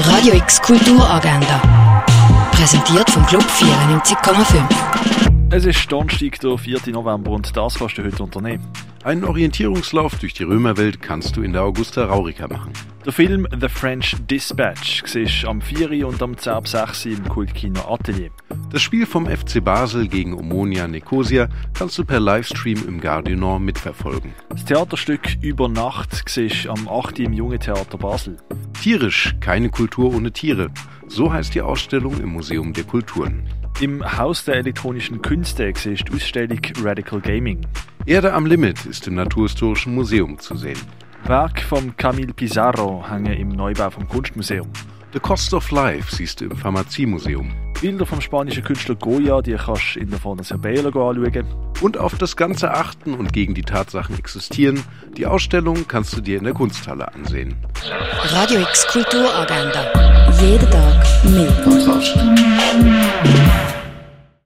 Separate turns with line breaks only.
Radio X Kulturagenda. Präsentiert vom Club 94,5.
Es ist Donnerstag, der 4. November und das kannst du heute unternehmen.
Einen Orientierungslauf durch die Römerwelt kannst du in der Augusta Raurica machen.
Der Film The French Dispatch siehst du am 4. und am 10. ab 6. im Kultkino Atelier.
Das Spiel vom FC Basel gegen Omonia Nicosia kannst du per Livestream im Gardinon mitverfolgen.
Das Theaterstück Über Nacht siehst du am 8. im Junge Theater Basel.
Tierisch, keine Kultur ohne Tiere. So heißt die Ausstellung im Museum der Kulturen.
Im Haus der elektronischen Künste siehst du die Ausstellung Radical Gaming.
Erde am Limit ist im Naturhistorischen Museum zu sehen.
Werk von Camille Pizarro hängen im Neubau vom Kunstmuseum.
The Cost of Life siehst du im Pharmaziemuseum.
Bilder vom spanischen Künstler Goya, die kannst du in der Fondation Serbela anschauen.
Und auf das Ganze achten und gegen die Tatsachen existieren, die Ausstellung kannst du dir in der Kunsthalle ansehen.
Radio X Kulturagenda. Jeden Tag mehr.